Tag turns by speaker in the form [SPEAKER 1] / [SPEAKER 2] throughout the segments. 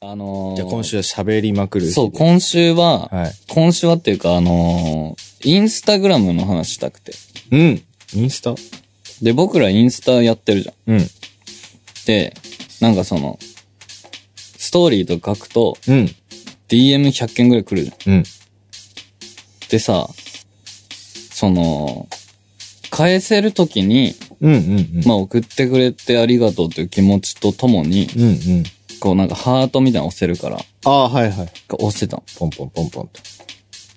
[SPEAKER 1] あのー
[SPEAKER 2] じゃあ今週は喋りまくる。
[SPEAKER 1] そう、今週は、
[SPEAKER 2] はい。
[SPEAKER 1] 今週はっていうか、あのーインスタグラムの話したくて。
[SPEAKER 2] うん。インスタ
[SPEAKER 1] で、僕らインスタやってるじゃん。
[SPEAKER 2] うん。
[SPEAKER 1] で、なんかその、ストーリーとか書くと、
[SPEAKER 2] うん。
[SPEAKER 1] DM100 件ぐらい来るじゃん。
[SPEAKER 2] うん。
[SPEAKER 1] でさ、その、返せるときに、
[SPEAKER 2] うんうんうん。
[SPEAKER 1] まあ送ってくれてありがとうという気持ちとともに、
[SPEAKER 2] うんうん。
[SPEAKER 1] こうなんかハートみたいなの押せるから、
[SPEAKER 2] ああ、はいはい。
[SPEAKER 1] 押してたの。
[SPEAKER 2] ポンポンポンポンと。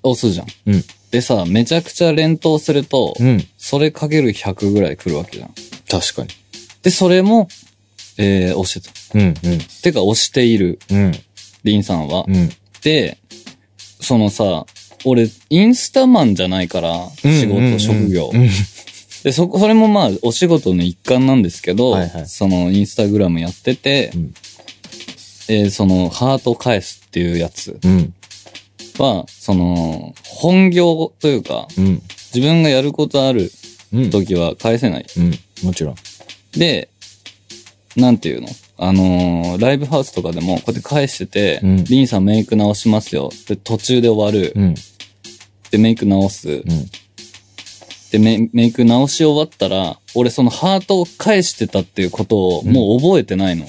[SPEAKER 1] 押すじゃん。
[SPEAKER 2] うん。
[SPEAKER 1] でさ、めちゃくちゃ連投すると、
[SPEAKER 2] うん。
[SPEAKER 1] それかける100ぐらい来るわけじゃん。
[SPEAKER 2] 確か
[SPEAKER 1] で、それも、えー、押してた。
[SPEAKER 2] に。うん
[SPEAKER 1] てか、押している、
[SPEAKER 2] うん。うん。
[SPEAKER 1] リンさんは。
[SPEAKER 2] うん。
[SPEAKER 1] で、そのさ、俺、インスタマンじゃないから、仕事、職業。
[SPEAKER 2] うん。
[SPEAKER 1] で、そこ、それもまあ、お仕事の一環なんですけど、
[SPEAKER 2] はいはい
[SPEAKER 1] その、インスタグラムやってて、
[SPEAKER 2] うん
[SPEAKER 1] えーその、ハートを返すっていうやつ
[SPEAKER 2] うん。
[SPEAKER 1] は、その、本業というか、
[SPEAKER 2] うん。
[SPEAKER 1] 自分がやることある
[SPEAKER 2] うん。
[SPEAKER 1] 時は返せない。
[SPEAKER 2] うん。もちろん。
[SPEAKER 1] で、なんていうのあのーライブハウスとかでも、こうやって返してて、
[SPEAKER 2] うん
[SPEAKER 1] リンさんメイク直しますよ。で、途中で終わる。
[SPEAKER 2] うん。
[SPEAKER 1] で、メイク直す。
[SPEAKER 2] うん。
[SPEAKER 1] でメ、メイク直し終わったら、俺そのハートを返してたっていうことをもう覚えてない の。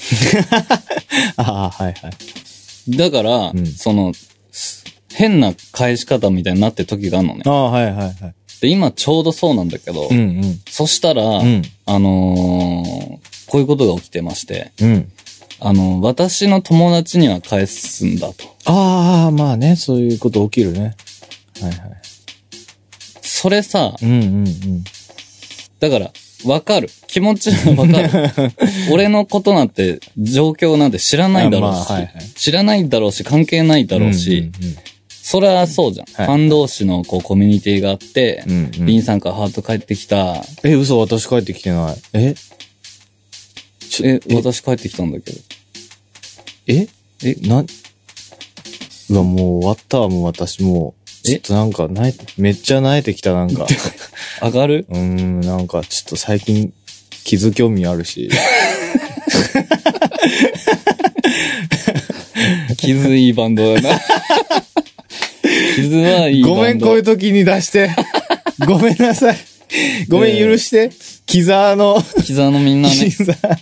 [SPEAKER 2] ああ、はいはい。
[SPEAKER 1] だから、
[SPEAKER 2] うん
[SPEAKER 1] その、す変な返し方みたいになってる時があるのね
[SPEAKER 2] あ。あ、はいはいはい。
[SPEAKER 1] で、今ちょうどそうなんだけど、
[SPEAKER 2] うんうん。
[SPEAKER 1] そしたら、
[SPEAKER 2] うん。
[SPEAKER 1] あのーこういうことが起きてまして、
[SPEAKER 2] うん。
[SPEAKER 1] あの、私の友達には返すんだと。
[SPEAKER 2] ああ、まあね、そういうこと起きるね。はいはい。
[SPEAKER 1] それさ、
[SPEAKER 2] うんうんうん。
[SPEAKER 1] だから、わかる。気持ち はわかる。俺のことなんて、状況なんて知らないだろうし、
[SPEAKER 2] あまあはいはい
[SPEAKER 1] 知らないだろうし、関係ないだろうし、それはそうじゃん。
[SPEAKER 2] はい
[SPEAKER 1] ファン同士のこうコミュニティがあって、
[SPEAKER 2] うんうん。うんう
[SPEAKER 1] リ
[SPEAKER 2] ん
[SPEAKER 1] ンさんからハート帰ってきた、
[SPEAKER 2] え、嘘、私帰ってきてない。えちょ
[SPEAKER 1] え、私帰ってきたんだけど。
[SPEAKER 2] ええ、なん、うわ、もう終わったわ、もう私もう。
[SPEAKER 1] え
[SPEAKER 2] ちょっとなんか、ない、めっちゃ泣いてきた、なん か。
[SPEAKER 1] 上が る
[SPEAKER 2] うーん、なんか、ちょっと最近、傷興味あるし。
[SPEAKER 1] 傷いいバンドだ な。傷はいいバンド。
[SPEAKER 2] ごめん、こういう時に出 して。ごめんなさい。ごめ
[SPEAKER 1] ねえ
[SPEAKER 2] ん、許して。キザーの、
[SPEAKER 1] 膝のみんな
[SPEAKER 2] キ
[SPEAKER 1] ね。
[SPEAKER 2] ザー、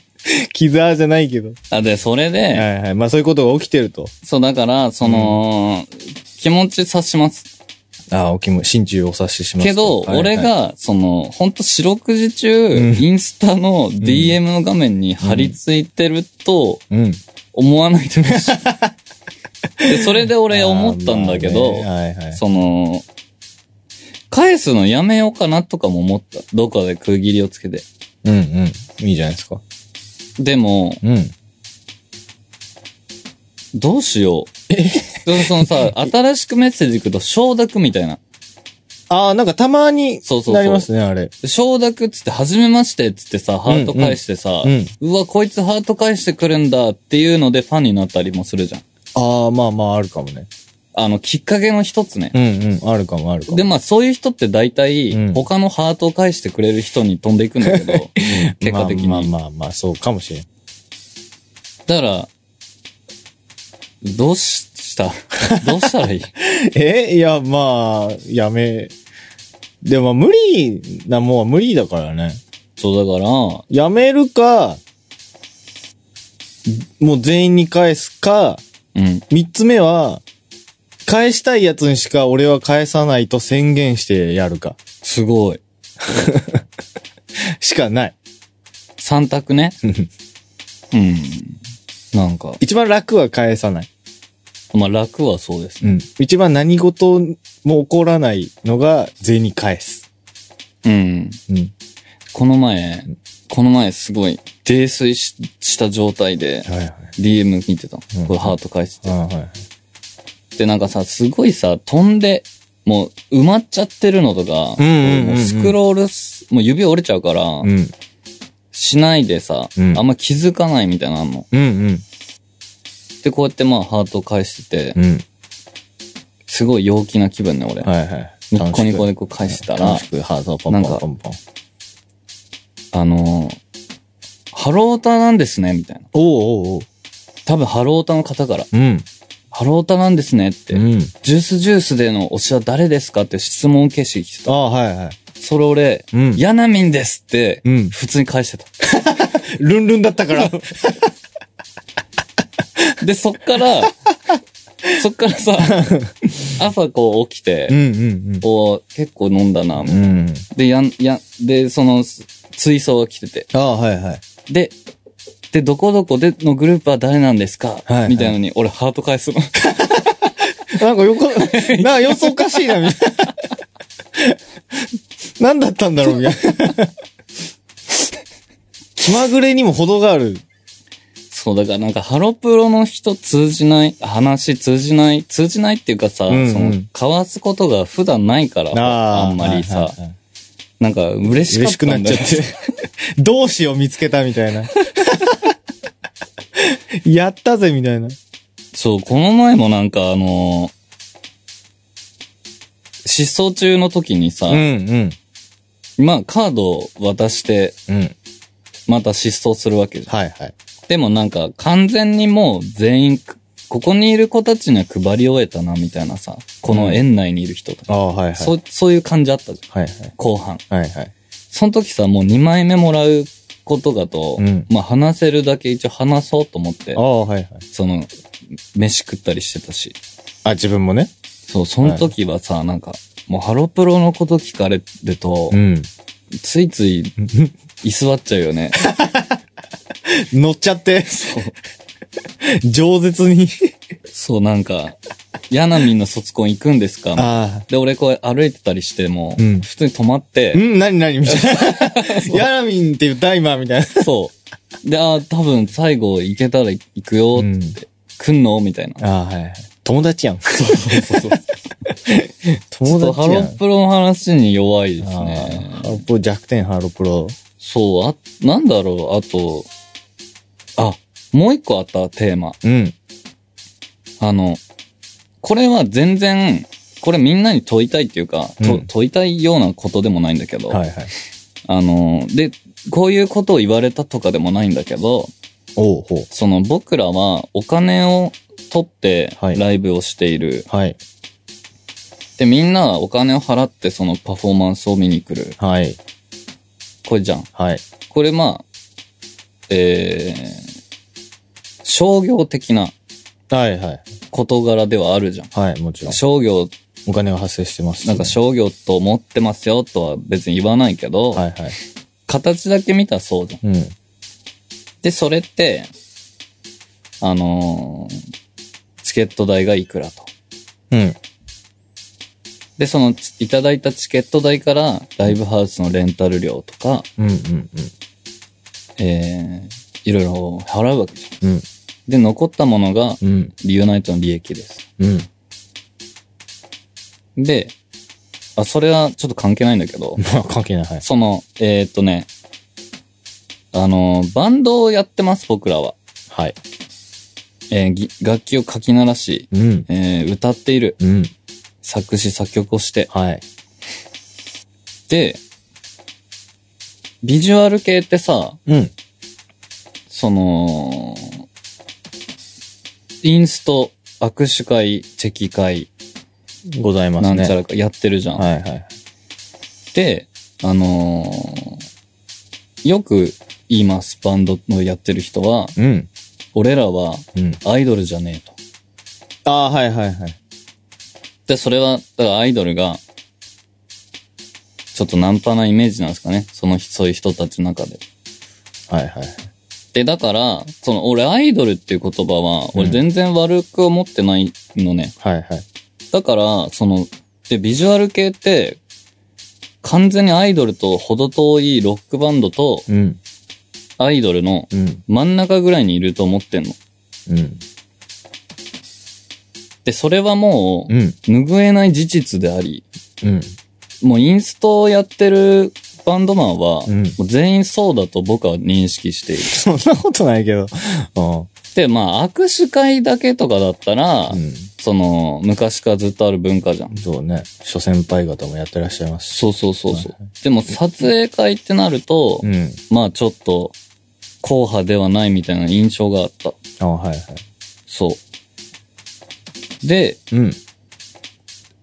[SPEAKER 2] キザーじゃないけど。
[SPEAKER 1] あ、で、それで、
[SPEAKER 2] はいはい。まあ、そういうことが起きてると。
[SPEAKER 1] そう、だから、その、気持ち察します。
[SPEAKER 2] ああ、おきも、心中お察ししま
[SPEAKER 1] け
[SPEAKER 2] すと。
[SPEAKER 1] ど、
[SPEAKER 2] はいはい
[SPEAKER 1] 俺、が、その、ほんと四六時中、
[SPEAKER 2] うん
[SPEAKER 1] インスタの DM の画面に貼り付いてると
[SPEAKER 2] うん。
[SPEAKER 1] 思わないでほしい。で、それで俺思ったんだけど、
[SPEAKER 2] あーまあねはいはい。
[SPEAKER 1] その、返すのやめようかなとかも思った。どっかで区切りをつけて。
[SPEAKER 2] うんうん。いいじゃないですか。
[SPEAKER 1] でも、
[SPEAKER 2] うん。
[SPEAKER 1] どうしよう。でもその さ、新しくメッセージ来ると承諾みたいな。
[SPEAKER 2] ああ、なんかたまに、
[SPEAKER 1] そうそうそう
[SPEAKER 2] なりますね、あれ。
[SPEAKER 1] で承諾っつって、はじめましてっつってさ、ハート返してさ、
[SPEAKER 2] うん。
[SPEAKER 1] うわ、こいつハート返してくるんだっていうのでファンになったりもするじゃん。
[SPEAKER 2] ああ、まあまあ、あるかもね。
[SPEAKER 1] あの、きっかけの一つね。
[SPEAKER 2] うんうん、あるかも、あるかも。
[SPEAKER 1] で、まあそういう人って大
[SPEAKER 2] う
[SPEAKER 1] 体、
[SPEAKER 2] ん
[SPEAKER 1] 他のハートを返してくれる人に飛んでいくんだけ ど、結果的に。
[SPEAKER 2] まあまあまあまあ、そうかもしれん。
[SPEAKER 1] だから、どうしたどうした らいい
[SPEAKER 2] えいや、まあ、やめ。でも、無理なもんは無理だからね。
[SPEAKER 1] そう、だから、
[SPEAKER 2] やめるか、もう全員に返すか、
[SPEAKER 1] うん。
[SPEAKER 2] 三つ目は、返したいやつにしか俺は返さないと宣言してやるか。
[SPEAKER 1] すごい。
[SPEAKER 2] しかない。
[SPEAKER 1] 三択ね。うん。なんか、
[SPEAKER 2] 一番楽は返さない。
[SPEAKER 1] まあ楽はそうです
[SPEAKER 2] う
[SPEAKER 1] ね。
[SPEAKER 2] ん。一番何事も起こらないのが全員に返す。
[SPEAKER 1] うん。
[SPEAKER 2] うん。
[SPEAKER 1] この前、この前すごい、泥酔しした状態で、
[SPEAKER 2] はいはい。
[SPEAKER 1] DM 見てたの
[SPEAKER 2] うん
[SPEAKER 1] これハート返して
[SPEAKER 2] あ
[SPEAKER 1] て。
[SPEAKER 2] あ、はい。
[SPEAKER 1] で、なんかさ、すごいさ、飛んで、もう埋まっちゃってるのとか、
[SPEAKER 2] うんうんうんうん
[SPEAKER 1] もうスクロールす、もう指折れちゃうから、
[SPEAKER 2] うん。
[SPEAKER 1] しないでさ、
[SPEAKER 2] うん
[SPEAKER 1] あんま気づかないみたいなのあんの。
[SPEAKER 2] うん
[SPEAKER 1] で、こうやってまあハート返してて、
[SPEAKER 2] うん。うん。
[SPEAKER 1] すごい陽気な気分ね、俺。
[SPEAKER 2] はいはい。
[SPEAKER 1] ニッコニコ
[SPEAKER 2] で
[SPEAKER 1] でこう返したら
[SPEAKER 2] 楽、しくハートをポンポンポンポン。
[SPEAKER 1] あのーハロータなんですね、みたいな。
[SPEAKER 2] おうおうおう
[SPEAKER 1] 多分ハロータの方から、
[SPEAKER 2] うん。
[SPEAKER 1] ハロータなんですねって、
[SPEAKER 2] うん。
[SPEAKER 1] ジュースジュースでの推しは誰ですかって質問形式来て
[SPEAKER 2] ああ、はいはい。
[SPEAKER 1] た。それ俺、
[SPEAKER 2] うん
[SPEAKER 1] ヤナミンですって、
[SPEAKER 2] うん
[SPEAKER 1] 普通に返してた。
[SPEAKER 2] ルンルンだった から。
[SPEAKER 1] で、そっ から、そっからさ、朝こう起きて、
[SPEAKER 2] んうん
[SPEAKER 1] こう、結構飲んだな、
[SPEAKER 2] うん。うん。
[SPEAKER 1] で、やん、やん、で、その、追走が来てて。
[SPEAKER 2] ああ、はいはい。
[SPEAKER 1] で、で、どこどこでのグループは誰なんですか、
[SPEAKER 2] いはい
[SPEAKER 1] みたいなのに、俺ハート返すの。
[SPEAKER 2] なんかよ か、なんか様子おかしいな、みたいな。なんだったんだろう、みたいな。 気まぐれにも程がある。
[SPEAKER 1] そう、だからなんか、ハロプロの人通じない、話通じない、通じないっていうかさ、
[SPEAKER 2] うんうん
[SPEAKER 1] その、交わすことが普段ないから、あんまりさ、
[SPEAKER 2] はいはいはい
[SPEAKER 1] なんか、嬉しか
[SPEAKER 2] 嬉
[SPEAKER 1] っ
[SPEAKER 2] しく
[SPEAKER 1] た
[SPEAKER 2] なっ
[SPEAKER 1] んだ
[SPEAKER 2] ち
[SPEAKER 1] よ
[SPEAKER 2] ゃ って。同志を見つけたみたい な。やったぜ、みたいな。
[SPEAKER 1] そう、この前もなんか、あのー失踪中の時にさ、
[SPEAKER 2] うん。
[SPEAKER 1] まあ、カードを渡して、
[SPEAKER 2] うん。
[SPEAKER 1] また失踪するわけじゃん
[SPEAKER 2] はいはい。
[SPEAKER 1] でもなんか完全にもう全員、ここにいる子たちには配り終えたなみたいなさ、この園内にいる人とか、
[SPEAKER 2] ああ、はいはい。
[SPEAKER 1] そうそういう感じあったじゃん。
[SPEAKER 2] はいはい。
[SPEAKER 1] 後半。
[SPEAKER 2] はいはい。
[SPEAKER 1] その時さ、もう2枚目もらうことがと、
[SPEAKER 2] うん
[SPEAKER 1] まあ話せるだけ一応話そうと思って
[SPEAKER 2] あ、あ、はいはい。
[SPEAKER 1] その、飯食ったりしてたし。
[SPEAKER 2] あ、自分もね。
[SPEAKER 1] そう、その時はさ、なんか、もうハロプロのこと聞かれると、
[SPEAKER 2] ん。
[SPEAKER 1] ついつい居座っちゃうよ ね。
[SPEAKER 2] 乗っちゃって。饒舌に。
[SPEAKER 1] そう、なんか、ヤナミンの卒コン行くんですか
[SPEAKER 2] ああ。
[SPEAKER 1] で、俺こう歩いてたりしても、
[SPEAKER 2] うん
[SPEAKER 1] 普通に止まって、
[SPEAKER 2] うん、何何みたい な。ヤラミンっていうタイマーみたいな。
[SPEAKER 1] そう。で、あー多分最後行けたら行くよって、
[SPEAKER 2] うん
[SPEAKER 1] 来んのみたいな。
[SPEAKER 2] ああ、はいはい。友達やん。
[SPEAKER 1] そうそう そう。ちょっ
[SPEAKER 2] 友
[SPEAKER 1] とハ
[SPEAKER 2] 達やん。
[SPEAKER 1] ロプロの話に弱いです
[SPEAKER 2] ああ
[SPEAKER 1] ね。
[SPEAKER 2] ハロプロ弱点ハロプロ。
[SPEAKER 1] そう、あ、なんだろう、あと、あ、もう一個あったテーマ。
[SPEAKER 2] うん。
[SPEAKER 1] あの、これは全然、これみんなに問いたいっていうか、と
[SPEAKER 2] うん
[SPEAKER 1] 問いたいようなことでもないんだけど、
[SPEAKER 2] はいはい。
[SPEAKER 1] あの、で、こういうことを言われたとかでもないんだけど、
[SPEAKER 2] おうほう。
[SPEAKER 1] その僕らはお金を取って
[SPEAKER 2] はい
[SPEAKER 1] ライブをしている。
[SPEAKER 2] はい。
[SPEAKER 1] で、みんなはお金を払ってそのパフォーマンスを見に来る。
[SPEAKER 2] はい。
[SPEAKER 1] これじゃん。
[SPEAKER 2] はい。
[SPEAKER 1] これまあ、えー、商業的な
[SPEAKER 2] はいはい。
[SPEAKER 1] 事柄ではあるじゃん。
[SPEAKER 2] はい、もちろん。
[SPEAKER 1] 商業、
[SPEAKER 2] お金が発生してます。
[SPEAKER 1] なんか商業と思ってますよとは別に言わないけど、
[SPEAKER 2] はいはい。
[SPEAKER 1] 形だけ見たらそうじゃん。
[SPEAKER 2] うん。
[SPEAKER 1] で、それって、あのーチケット代がいくらと。
[SPEAKER 2] うん。
[SPEAKER 1] で、その、ちいただいたチケット代から、ライブハウスのレンタル料とか、
[SPEAKER 2] うんうん
[SPEAKER 1] えー、いろいろ払うわけじゃん。
[SPEAKER 2] うん。うん。
[SPEAKER 1] で、残ったものが、
[SPEAKER 2] うん。
[SPEAKER 1] リユナイトの利益です。
[SPEAKER 2] うん。
[SPEAKER 1] で、あ、それはちょっと関係ないんだけど、
[SPEAKER 2] まあ、関係ない。はい。
[SPEAKER 1] その、えー、っとね、あの、バンドをやってます、僕らは。
[SPEAKER 2] はい。
[SPEAKER 1] えーぎ楽器をかき鳴らし、
[SPEAKER 2] うん。
[SPEAKER 1] えー歌っている。
[SPEAKER 2] うん。
[SPEAKER 1] 作詞作曲をして。
[SPEAKER 2] はい。
[SPEAKER 1] で、ビジュアル系ってさ、
[SPEAKER 2] うん。
[SPEAKER 1] その、インスト、握手会、チェキ会、
[SPEAKER 2] ございます
[SPEAKER 1] な
[SPEAKER 2] ね。
[SPEAKER 1] んちゃらかやってるじゃん。
[SPEAKER 2] はいはい。
[SPEAKER 1] で、あのーよく言います、バンドのやってる人は、
[SPEAKER 2] うん。
[SPEAKER 1] 俺らは
[SPEAKER 2] うん。
[SPEAKER 1] アイドルじゃねえと。
[SPEAKER 2] ああ、はいはいはい。
[SPEAKER 1] で、それは、だからアイドルが、ちょっとナンパなイメージなんですかね。その人、そういう人たちの中で。
[SPEAKER 2] はいはい。
[SPEAKER 1] で、だから、その、俺アイドルっていう言葉は、
[SPEAKER 2] う
[SPEAKER 1] 俺
[SPEAKER 2] ん
[SPEAKER 1] 全然悪く思ってないのね。
[SPEAKER 2] はいはい。
[SPEAKER 1] だから、その、で、ビジュアル系って、完全にアイドルと程遠いロックバンドと
[SPEAKER 2] うん。
[SPEAKER 1] アイドルの
[SPEAKER 2] うん。
[SPEAKER 1] 真ん中ぐらいにいると思ってんの。
[SPEAKER 2] うん。
[SPEAKER 1] で、それはも
[SPEAKER 2] うん。
[SPEAKER 1] う、拭えない事実であり、
[SPEAKER 2] うん。
[SPEAKER 1] もうインストをやってるバンドマンは、
[SPEAKER 2] うん
[SPEAKER 1] もう全員そうだと僕は認識している。
[SPEAKER 2] そんなことないけど。う
[SPEAKER 1] で、まあ、握手会だけとかだったら、
[SPEAKER 2] ん。
[SPEAKER 1] その、昔からずっとある文化じゃん。
[SPEAKER 2] そうね。諸先輩方もやってらっしゃいますし。
[SPEAKER 1] そうそうそうそう
[SPEAKER 2] は。
[SPEAKER 1] でも、撮影会ってなると、
[SPEAKER 2] うん。
[SPEAKER 1] まあちょっと、硬派ではないみたいな印象があった。
[SPEAKER 2] あはいはい。
[SPEAKER 1] そう。で、
[SPEAKER 2] うん。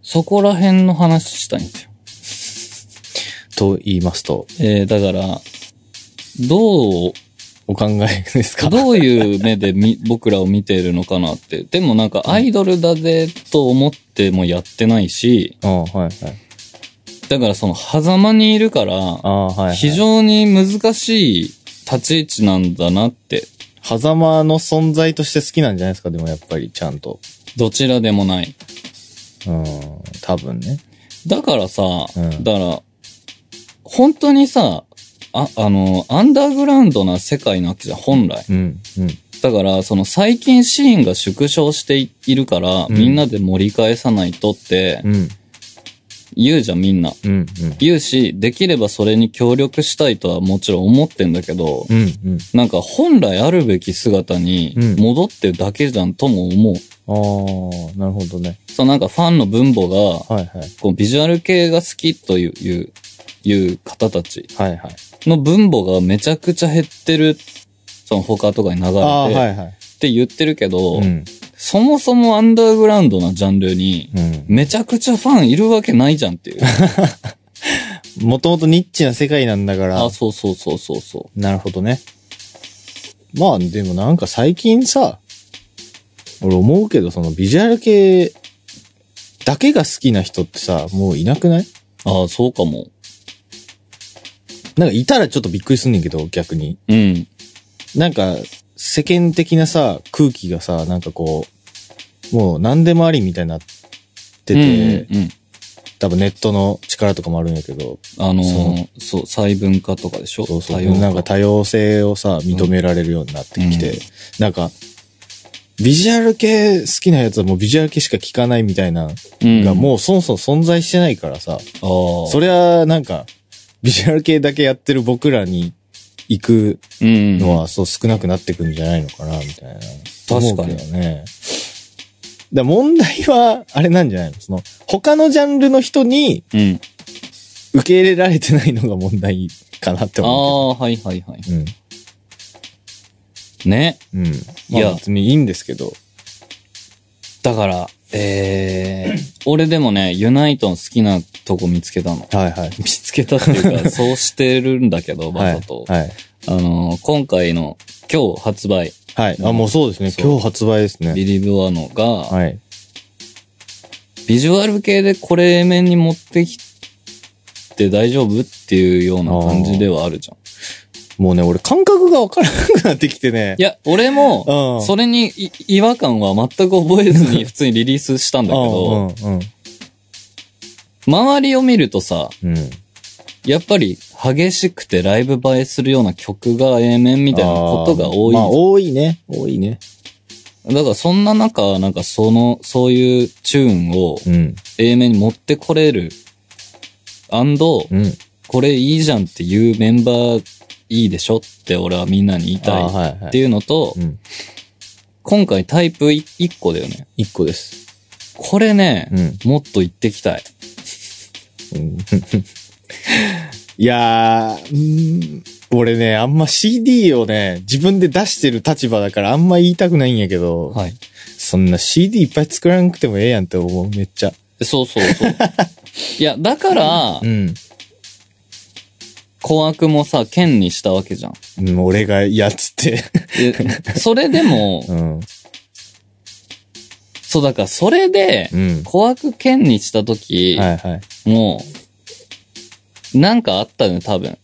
[SPEAKER 1] そこら辺の話したいんですよ。
[SPEAKER 2] と言いますと、
[SPEAKER 1] えー、だから、どう、
[SPEAKER 2] お考えですか
[SPEAKER 1] どういう目でみ僕らを見ているのかなって。でもなんかアイドルだぜと思ってもやってないし、
[SPEAKER 2] あはいはい。
[SPEAKER 1] だからその狭間にいるから、
[SPEAKER 2] あはい、はい。
[SPEAKER 1] 非常に難しい立ち位置なんだなって。
[SPEAKER 2] 狭間の存在として好きなんじゃないですかでもやっぱり、ちゃんと。
[SPEAKER 1] どちらでもない。
[SPEAKER 2] うん。多分ね。
[SPEAKER 1] だからさ、
[SPEAKER 2] うん
[SPEAKER 1] だから、本当にさ、あ、あの、アンダーグラウンドな世界なわけじゃん、本来。
[SPEAKER 2] うん。うん。
[SPEAKER 1] だから、その最近シーンが縮小していいるから、
[SPEAKER 2] うん
[SPEAKER 1] みんなで盛り返さないとって
[SPEAKER 2] うん。
[SPEAKER 1] 言うじゃん、みんな。
[SPEAKER 2] うん。うん。
[SPEAKER 1] 言うし、できればそれに協力したいとはもちろん思ってんだけど、
[SPEAKER 2] うん。うん。
[SPEAKER 1] なんか本来あるべき姿に
[SPEAKER 2] うん
[SPEAKER 1] 戻ってるだけじゃんとも思う。
[SPEAKER 2] ああ、なるほどね。
[SPEAKER 1] そうなんかファンの分母が、
[SPEAKER 2] はいはい。
[SPEAKER 1] こうビジュアル系が好きという、いう、いう方たち
[SPEAKER 2] はいはい。
[SPEAKER 1] の分母がめちゃくちゃ減ってる、その他とかに流れて、
[SPEAKER 2] ああー、はいはい。
[SPEAKER 1] って言ってるけど、
[SPEAKER 2] うん。
[SPEAKER 1] そもそもアンダーグラウンドなジャンルに、
[SPEAKER 2] うん。
[SPEAKER 1] めちゃくちゃファンいるわけないじゃんっていう。
[SPEAKER 2] もともとニッチな世界なんだから
[SPEAKER 1] あ、。そうそうそうそうそ。
[SPEAKER 2] なるほどね。まあ、でもなんか最近さ、俺思うけど、そのビジュアル系だけが好きな人ってさ、もういなくないう
[SPEAKER 1] ああ、そうかも。
[SPEAKER 2] なんかいたらちょっとびっくりすんねんけど、逆に。
[SPEAKER 1] うん。
[SPEAKER 2] なんか、世間的なさ、空気がさ、なんかこう、もう何でもありみたいになってて、
[SPEAKER 1] うんうんうん
[SPEAKER 2] 多分ネットの力とかもあるんやけど、
[SPEAKER 1] あのーそう、細分化とかでしょ
[SPEAKER 2] そうそ
[SPEAKER 1] 多
[SPEAKER 2] う。
[SPEAKER 1] 様化
[SPEAKER 2] なんか多様性をさ、認められるようになってきて、
[SPEAKER 1] うん
[SPEAKER 2] なんか、ビジュアル系好きなやつはもうビジュアル系しか聞かないみたいな、
[SPEAKER 1] うん
[SPEAKER 2] がもうそもそも存在してないからさ、
[SPEAKER 1] あー
[SPEAKER 2] それはなんか、ビジュアル系だけやってる僕らに行く
[SPEAKER 1] うん。
[SPEAKER 2] のは、そう少なくなってくんじゃないのかな、みたいな。
[SPEAKER 1] 確かに
[SPEAKER 2] 思うけどね。だから問題は、あれなんじゃないのその、他のジャンルの人に
[SPEAKER 1] うん。
[SPEAKER 2] 受け入れられてないのが問題かなって
[SPEAKER 1] あ
[SPEAKER 2] 思う
[SPEAKER 1] あ、はいはいは
[SPEAKER 2] けど。うん。
[SPEAKER 1] い。ね。
[SPEAKER 2] うん。
[SPEAKER 1] いや
[SPEAKER 2] まあ別にいいんですけど。
[SPEAKER 1] だから、えー、 俺でもね、ユナイトの好きなとこ見つけたの。
[SPEAKER 2] はいはい。
[SPEAKER 1] 見つけたっていうか、 そうしてるんだけど、
[SPEAKER 2] は
[SPEAKER 1] わ
[SPEAKER 2] い
[SPEAKER 1] ざと。
[SPEAKER 2] はい。
[SPEAKER 1] あのー今回の、今日発売、
[SPEAKER 2] はい。あ、もうそうですね。
[SPEAKER 1] そう
[SPEAKER 2] 今日発売ですね。
[SPEAKER 1] ビリブワのが、
[SPEAKER 2] はい。
[SPEAKER 1] ビジュアル系でこれ面に持ってきて大丈夫っていうような感じではあるじゃん。
[SPEAKER 2] もうね、俺感覚がわからなくなってきてね。
[SPEAKER 1] いや、俺も、
[SPEAKER 2] うん。
[SPEAKER 1] それにい違和感は全く覚えず に普通にリリースしたんだけど、
[SPEAKER 2] うんうん
[SPEAKER 1] 周りを見るとさ、
[SPEAKER 2] うん。うん。
[SPEAKER 1] やっぱり激しくてライブ映えするような曲が A 面みたいなことが多い。
[SPEAKER 2] あーまあ、多いね。多いね。
[SPEAKER 1] だからそんな中、なんかその、そういうチューンを
[SPEAKER 2] うん。
[SPEAKER 1] A 面に持ってこれる、アンド、
[SPEAKER 2] うん。
[SPEAKER 1] これいいじゃんっていうメンバーいいでしょって俺はみんなに言いたい
[SPEAKER 2] あーはいはい。
[SPEAKER 1] っていうのと、
[SPEAKER 2] うん。
[SPEAKER 1] 今回タイプ1個だよね。
[SPEAKER 2] 一個です。
[SPEAKER 1] これね、
[SPEAKER 2] うん。
[SPEAKER 1] もっと言ってきたい。
[SPEAKER 2] いやー、うん俺ね、あんま CD をね、自分で出してる立場だからあんま言いたくないんやけど、
[SPEAKER 1] はい。
[SPEAKER 2] そんな CD いっぱい作らなくてもええやんって思う、めっちゃ。
[SPEAKER 1] そうそう そう。いや、だから、
[SPEAKER 2] ん。
[SPEAKER 1] 小悪もさ、剣にしたわけじゃん。
[SPEAKER 2] うん俺がやっつって。
[SPEAKER 1] でそれでも、
[SPEAKER 2] うん。
[SPEAKER 1] そうだから、それで、
[SPEAKER 2] うん。
[SPEAKER 1] 小悪剣にしたとき、
[SPEAKER 2] はいはい。
[SPEAKER 1] もう、なんかあったよね、多分。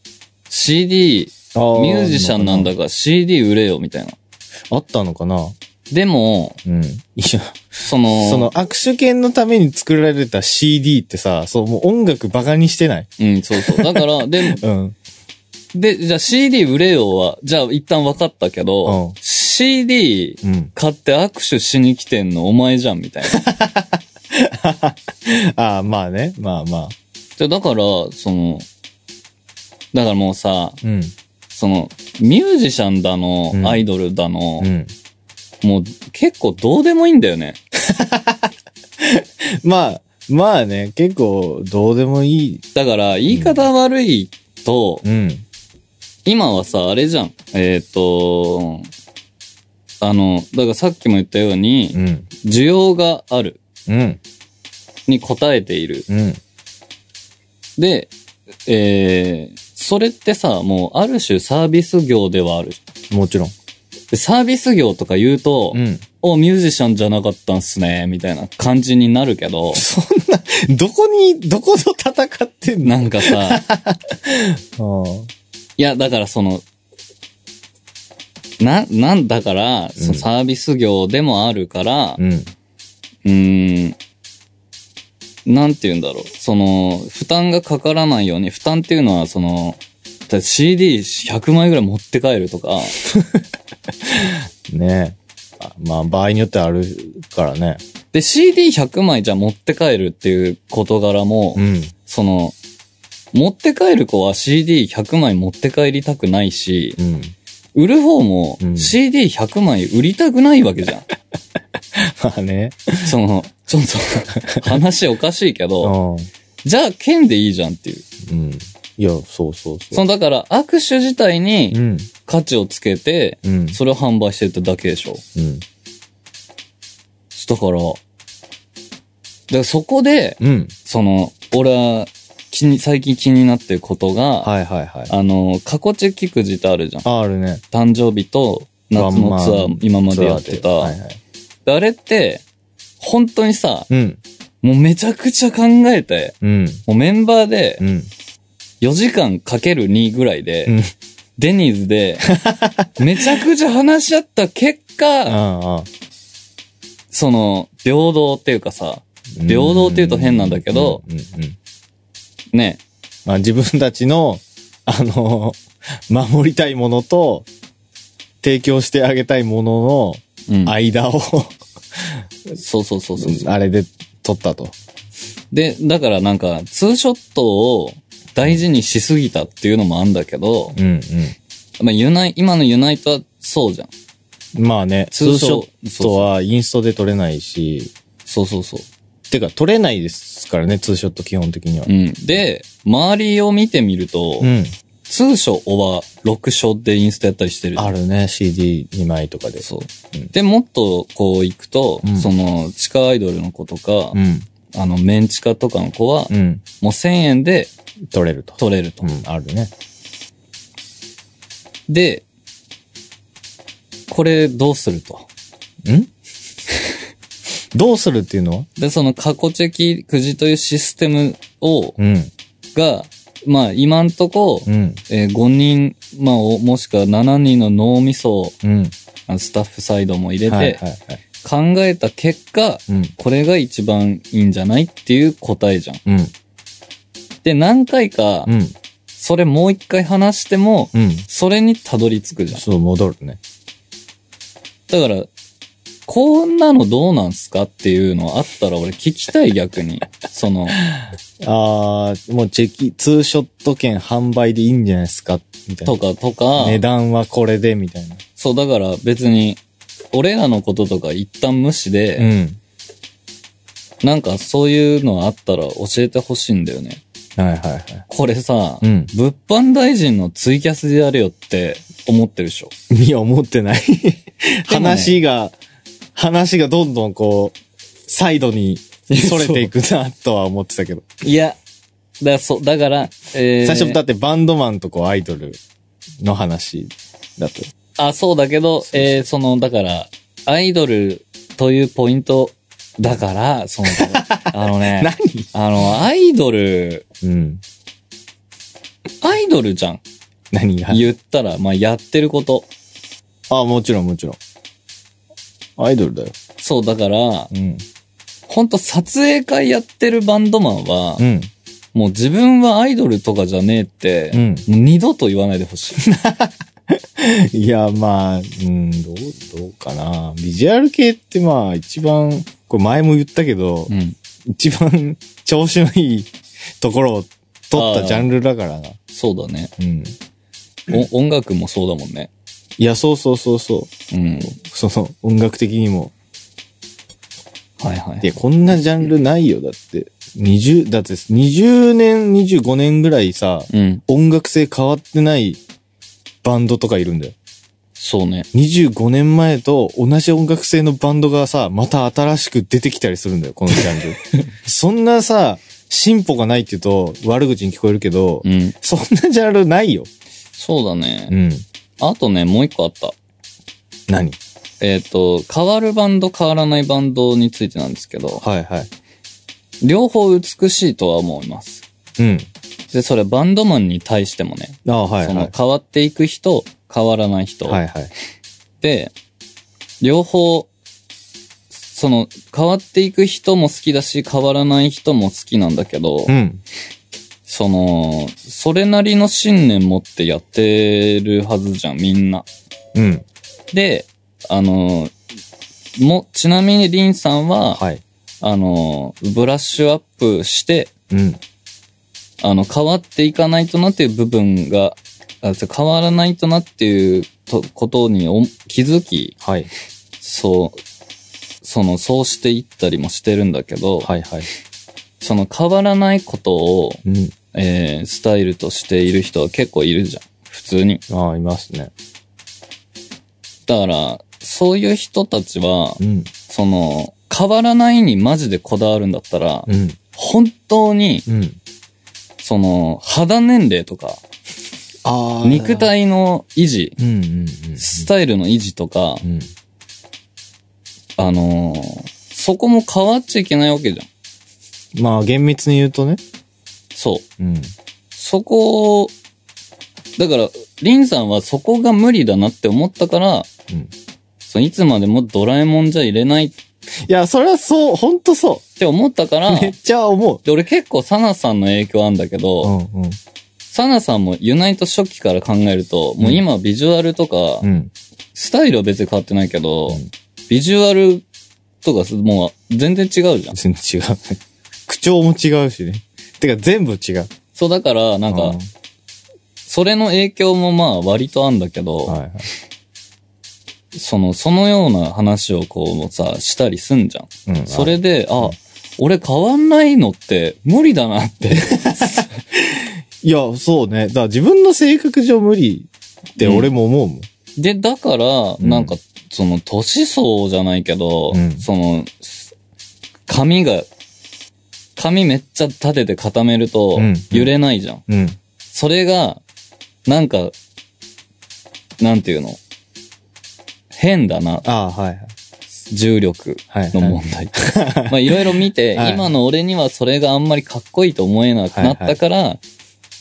[SPEAKER 1] CD、ミュージシャンなんだから CD 売れよ、みたいな。
[SPEAKER 2] あったのかな
[SPEAKER 1] でも、
[SPEAKER 2] うん。いや、
[SPEAKER 1] その、
[SPEAKER 2] その握手券のために作られた CD ってさ、そう、もう音楽バカにしてない。
[SPEAKER 1] うん、そうそう。だから、でも、
[SPEAKER 2] うん。
[SPEAKER 1] で、じゃあ CD 売れよは、じゃあ一旦分かったけど、
[SPEAKER 2] うん
[SPEAKER 1] CD
[SPEAKER 2] うん。
[SPEAKER 1] 買って握手しに来てんのお前じゃん、みたいな。
[SPEAKER 2] ああ、まあね。まあまあ。
[SPEAKER 1] でだから、その、だからもうさ、
[SPEAKER 2] うん。
[SPEAKER 1] その、ミュージシャンだの
[SPEAKER 2] う、ん
[SPEAKER 1] アイドルだの
[SPEAKER 2] う、ん。
[SPEAKER 1] もう結構どうでもいいんだよね。
[SPEAKER 2] まあ、まあね、結構、どうでもいい。
[SPEAKER 1] だから、言い方悪いと、
[SPEAKER 2] うん。
[SPEAKER 1] 今はさ、あれじゃん。えっ、と、あの、だからさっきも言ったように、
[SPEAKER 2] うん。
[SPEAKER 1] 需要がある
[SPEAKER 2] うん。
[SPEAKER 1] に応えている。
[SPEAKER 2] うん。
[SPEAKER 1] で、えー、それってさ、もうある種サービス業ではある。
[SPEAKER 2] もちろん。
[SPEAKER 1] でサービス業とか言うと、
[SPEAKER 2] ん。
[SPEAKER 1] お、ミュージシャンじゃなかったんすね、みたいな感じになるけ ど、
[SPEAKER 2] どこに、どこと戦ってんの
[SPEAKER 1] なんかさ、
[SPEAKER 2] あ
[SPEAKER 1] いや、だからその、な、なんだから、そのサービス業でもあるから、
[SPEAKER 2] うん。
[SPEAKER 1] うーん、なんて言うんだろう。その、負担がかからないように、負担っていうのは、その、CD100 枚ぐらい持って帰るとか、
[SPEAKER 2] ねえ。あまあ、場合によってあるからね。
[SPEAKER 1] で、CD100 枚じゃ持って帰るっていう事柄も、
[SPEAKER 2] ん。
[SPEAKER 1] その、持って帰る子は CD100 枚持って帰りたくないし、
[SPEAKER 2] うん。
[SPEAKER 1] 売る方も
[SPEAKER 2] うん
[SPEAKER 1] CD100 枚売りたくないわけ じゃん。
[SPEAKER 2] まあね。
[SPEAKER 1] その、ちょっと、話おかしいけど、
[SPEAKER 2] うん。
[SPEAKER 1] じゃあ剣でいいじゃんっていう。
[SPEAKER 2] うん。いや、そうそうそ
[SPEAKER 1] その、だから握手自体
[SPEAKER 2] う。
[SPEAKER 1] に
[SPEAKER 2] ん。
[SPEAKER 1] 価値をつけて、
[SPEAKER 2] うん。
[SPEAKER 1] それを販売してるってだけでしょ。
[SPEAKER 2] うん。
[SPEAKER 1] だから、だからそこで、
[SPEAKER 2] うん。
[SPEAKER 1] その、俺は気に、最近気になってることが、
[SPEAKER 2] はいはいはい。
[SPEAKER 1] あの、過去チキくじってあるじゃん。
[SPEAKER 2] あ、あるね。
[SPEAKER 1] 誕生日と夏のツア
[SPEAKER 2] ワンマ
[SPEAKER 1] ー
[SPEAKER 2] ン
[SPEAKER 1] 今までやって
[SPEAKER 2] ツ
[SPEAKER 1] た。
[SPEAKER 2] アーではいはい。
[SPEAKER 1] であれって、本当にさ、
[SPEAKER 2] うん。
[SPEAKER 1] もうめちゃくちゃ考えて、
[SPEAKER 2] うん。
[SPEAKER 1] もうメンバーで
[SPEAKER 2] うん。
[SPEAKER 1] 4時間かける2ぐらいで、
[SPEAKER 2] うん
[SPEAKER 1] デニーズで、めちゃくちゃ話し合った結
[SPEAKER 2] あ
[SPEAKER 1] 果、
[SPEAKER 2] あ、ああ。
[SPEAKER 1] その、平等っていうかさ、平等って言うと変なんだけど
[SPEAKER 2] うん。うん。うん
[SPEAKER 1] ね、
[SPEAKER 2] まあ、自分たちの、 あの、守りたいものと、提供してあげたいもの
[SPEAKER 1] うん
[SPEAKER 2] の間を、
[SPEAKER 1] そうそうそうそう。
[SPEAKER 2] あれで取ったと。
[SPEAKER 1] で、だからなんか、ツーショットを大事にしすぎたっていうのもあんだけど、
[SPEAKER 2] うん
[SPEAKER 1] まあ、ユナイ、今のユナイトはそうじゃん。
[SPEAKER 2] うん。まあね、ツー
[SPEAKER 1] 通
[SPEAKER 2] シ
[SPEAKER 1] 称
[SPEAKER 2] ョットはインストで取れないし、
[SPEAKER 1] そうそうそう。
[SPEAKER 2] てか取れないですからね、ツーショット基本的には
[SPEAKER 1] う。ん。で、周りを見てみると、
[SPEAKER 2] うん。
[SPEAKER 1] 通所は6所でインスタやったりしてるじゃん。
[SPEAKER 2] あるね、CD2 枚とかで。
[SPEAKER 1] そうう。
[SPEAKER 2] ん
[SPEAKER 1] で、もっとこう行くと、
[SPEAKER 2] うん
[SPEAKER 1] その、地下アイドルの子とか、
[SPEAKER 2] うん。
[SPEAKER 1] あの、メンチカとかの子は、
[SPEAKER 2] うん。
[SPEAKER 1] もう1000円で
[SPEAKER 2] 取れると。
[SPEAKER 1] 取れると。
[SPEAKER 2] うん、あるね。
[SPEAKER 1] で、これどうすると。
[SPEAKER 2] んどうするっていうのは
[SPEAKER 1] で、その過去チェキくじというシステムを、
[SPEAKER 2] うん。
[SPEAKER 1] が、まあ今んとこ、
[SPEAKER 2] うん。
[SPEAKER 1] えー5人、まあおもしくは7人の脳みそを
[SPEAKER 2] うん。
[SPEAKER 1] あのスタッフサイドも入れて、
[SPEAKER 2] はいはいはい。
[SPEAKER 1] 考えた結果、
[SPEAKER 2] うん。
[SPEAKER 1] これが一番いいんじゃないっていう答えじゃん。
[SPEAKER 2] うん。
[SPEAKER 1] で、何回か
[SPEAKER 2] う、ん。
[SPEAKER 1] それもう一回話しても、
[SPEAKER 2] うん。
[SPEAKER 1] それにたどり着くじゃん。
[SPEAKER 2] そう、戻るね。
[SPEAKER 1] だから、こんなのどうなんすかっていうのあったら俺聞きたい逆に。その、
[SPEAKER 2] あー、もうチェキ、ツーショット券販売でいいんじゃないですかみたい
[SPEAKER 1] と
[SPEAKER 2] な。
[SPEAKER 1] かとか、
[SPEAKER 2] 値段はこれで、みたいな。
[SPEAKER 1] そうだから別に、俺らのこととか一旦無視
[SPEAKER 2] う
[SPEAKER 1] で、
[SPEAKER 2] ん。
[SPEAKER 1] なんかそういうのあったら教えてほしいんだよね。
[SPEAKER 2] はいはいは
[SPEAKER 1] これさ、
[SPEAKER 2] い。うん。
[SPEAKER 1] 物販大臣のツイキャスでやれよって思ってるでしょ。
[SPEAKER 2] いや、思って ない。話が、話がどんどんこう、サイドに逸れていくな、とは思ってたけ ど。
[SPEAKER 1] いや、だ、そう、だから、えー、
[SPEAKER 2] 最初、だってバンドマンとこう、アイドルの話だと。
[SPEAKER 1] あ、そうだけど、えー、その、だから、アイドルというポイント、だから、 その、あのね、
[SPEAKER 2] 何
[SPEAKER 1] あの、アイドル、
[SPEAKER 2] うん。
[SPEAKER 1] アイドルじゃん。
[SPEAKER 2] 何が
[SPEAKER 1] 言ったら、まあ、やってること。
[SPEAKER 2] あ、もちろんもちろん。アイドルだよ。
[SPEAKER 1] そう、だから、
[SPEAKER 2] うん。
[SPEAKER 1] ほんと撮影会やってるバンドマンは、
[SPEAKER 2] うん。
[SPEAKER 1] もう自分はアイドルとかじゃねえって、
[SPEAKER 2] うん。
[SPEAKER 1] もう二度と言わないでほ しい。
[SPEAKER 2] いや、まあ、うん、どう、どうかな。ビジュアル系ってまあ、一番、これ前も言ったけど、
[SPEAKER 1] うん。
[SPEAKER 2] 一番調子のいいところを取ったジャンルだからな。
[SPEAKER 1] そうだね。
[SPEAKER 2] うん。
[SPEAKER 1] お音楽もそうだもんね。
[SPEAKER 2] いや、そうそうそうそう。
[SPEAKER 1] うん。
[SPEAKER 2] その、音楽的にも。
[SPEAKER 1] はいはい。
[SPEAKER 2] で、こんなジャンルないよ。だって、20、だって20年、25年ぐらいさ、
[SPEAKER 1] うん。
[SPEAKER 2] 音楽性変わってないバンドとかいるんだよ。
[SPEAKER 1] そうね。
[SPEAKER 2] 25年前と同じ音楽性のバンドがさ、また新しく出てきたりするんだよ、このジャンル。 そんなさ、進歩がないって言うと悪口に聞こえるけど、
[SPEAKER 1] うん。
[SPEAKER 2] そんなジャンルないよ。
[SPEAKER 1] そうだね。
[SPEAKER 2] ん。
[SPEAKER 1] あとね、もう一個あった。
[SPEAKER 2] 何
[SPEAKER 1] えっ、と、変わるバンド、変わらないバンドについてなんですけど、
[SPEAKER 2] はいはい。
[SPEAKER 1] 両方美しいとは思います。
[SPEAKER 2] うん。
[SPEAKER 1] で、それバンドマンに対してもね、
[SPEAKER 2] ああ、はい
[SPEAKER 1] そ
[SPEAKER 2] は
[SPEAKER 1] の
[SPEAKER 2] い。
[SPEAKER 1] 変わっていく人、変わらない人。
[SPEAKER 2] はいはい。
[SPEAKER 1] で、両方、その、変わっていく人も好きだし、変わらない人も好きなんだけど、
[SPEAKER 2] うん。
[SPEAKER 1] その、それなりの信念持ってやってるはずじゃん、みんな。
[SPEAKER 2] うん。
[SPEAKER 1] で、あの、も、ちなみにリンさんは、
[SPEAKER 2] はい。
[SPEAKER 1] あの、ブラッシュアップして、
[SPEAKER 2] うん。
[SPEAKER 1] あの、変わっていかないとなっていう部分が、あそう変わらないとなっていうとことにお気づき、
[SPEAKER 2] はい。
[SPEAKER 1] そう、その、そうしていったりもしてるんだけど、
[SPEAKER 2] はいはい。
[SPEAKER 1] その変わらないことを、
[SPEAKER 2] うん。
[SPEAKER 1] えー、スタイルとしている人は結構いるじゃん。普通に。
[SPEAKER 2] ああ、いますね。
[SPEAKER 1] だから、そういう人たちは、
[SPEAKER 2] うん。
[SPEAKER 1] その、変わらないにマジでこだわるんだったら、
[SPEAKER 2] うん。
[SPEAKER 1] 本当に、
[SPEAKER 2] うん。
[SPEAKER 1] その、肌年齢とか、
[SPEAKER 2] あ
[SPEAKER 1] 肉。体の維持、
[SPEAKER 2] うんうんうん。
[SPEAKER 1] スタイルの維持とか、
[SPEAKER 2] うん。
[SPEAKER 1] あのーそこも変わっちゃいけないわけじゃん。
[SPEAKER 2] まあ、厳密に言うとね。
[SPEAKER 1] そう。
[SPEAKER 2] うん。
[SPEAKER 1] そこを、だから、リンさんはそこが無理だなって思ったから、
[SPEAKER 2] うん。
[SPEAKER 1] そのいつまでもドラえもんじゃ入れないっ
[SPEAKER 2] いや、それはそう、ほんとそ
[SPEAKER 1] て思ったから、
[SPEAKER 2] う。めっ
[SPEAKER 1] で
[SPEAKER 2] ちゃ思う。
[SPEAKER 1] 俺結構サナさんの影響あんだけど、
[SPEAKER 2] んうん。
[SPEAKER 1] サナさんもユナイト初期から考えると、もう今ビジュアルとか、
[SPEAKER 2] うん。
[SPEAKER 1] スタイルは別に変わってないけど、
[SPEAKER 2] うん
[SPEAKER 1] ビジュアルとかもう全然違うじゃん。
[SPEAKER 2] 全然違う。 口調も違うしね。てか全部違う。
[SPEAKER 1] そうだから、なん
[SPEAKER 2] う
[SPEAKER 1] か、それの影響もまあ割とあんだけど、
[SPEAKER 2] はいはい。
[SPEAKER 1] その、そのような話をこうもさ、したりすんじゃん。
[SPEAKER 2] うん
[SPEAKER 1] それで、あ、俺変わんないのって無理だな って。
[SPEAKER 2] いや、そうね。だから自分の性格上無理って俺も思うもん。
[SPEAKER 1] で、だから、
[SPEAKER 2] ん
[SPEAKER 1] なんか、その、年相じゃないけど、
[SPEAKER 2] うん
[SPEAKER 1] その、髪が、髪めっちゃ立てて固めると
[SPEAKER 2] うん、
[SPEAKER 1] 揺れないじゃん。
[SPEAKER 2] うん。
[SPEAKER 1] それが、なんか、なんていうの変だな、
[SPEAKER 2] ああ、はい
[SPEAKER 1] 重力
[SPEAKER 2] はい。はい、
[SPEAKER 1] の
[SPEAKER 2] はい。
[SPEAKER 1] 問題。まあいろいろ見て、
[SPEAKER 2] はい
[SPEAKER 1] 今の俺にはそれがあんまりかっこいいと思えなくなったから、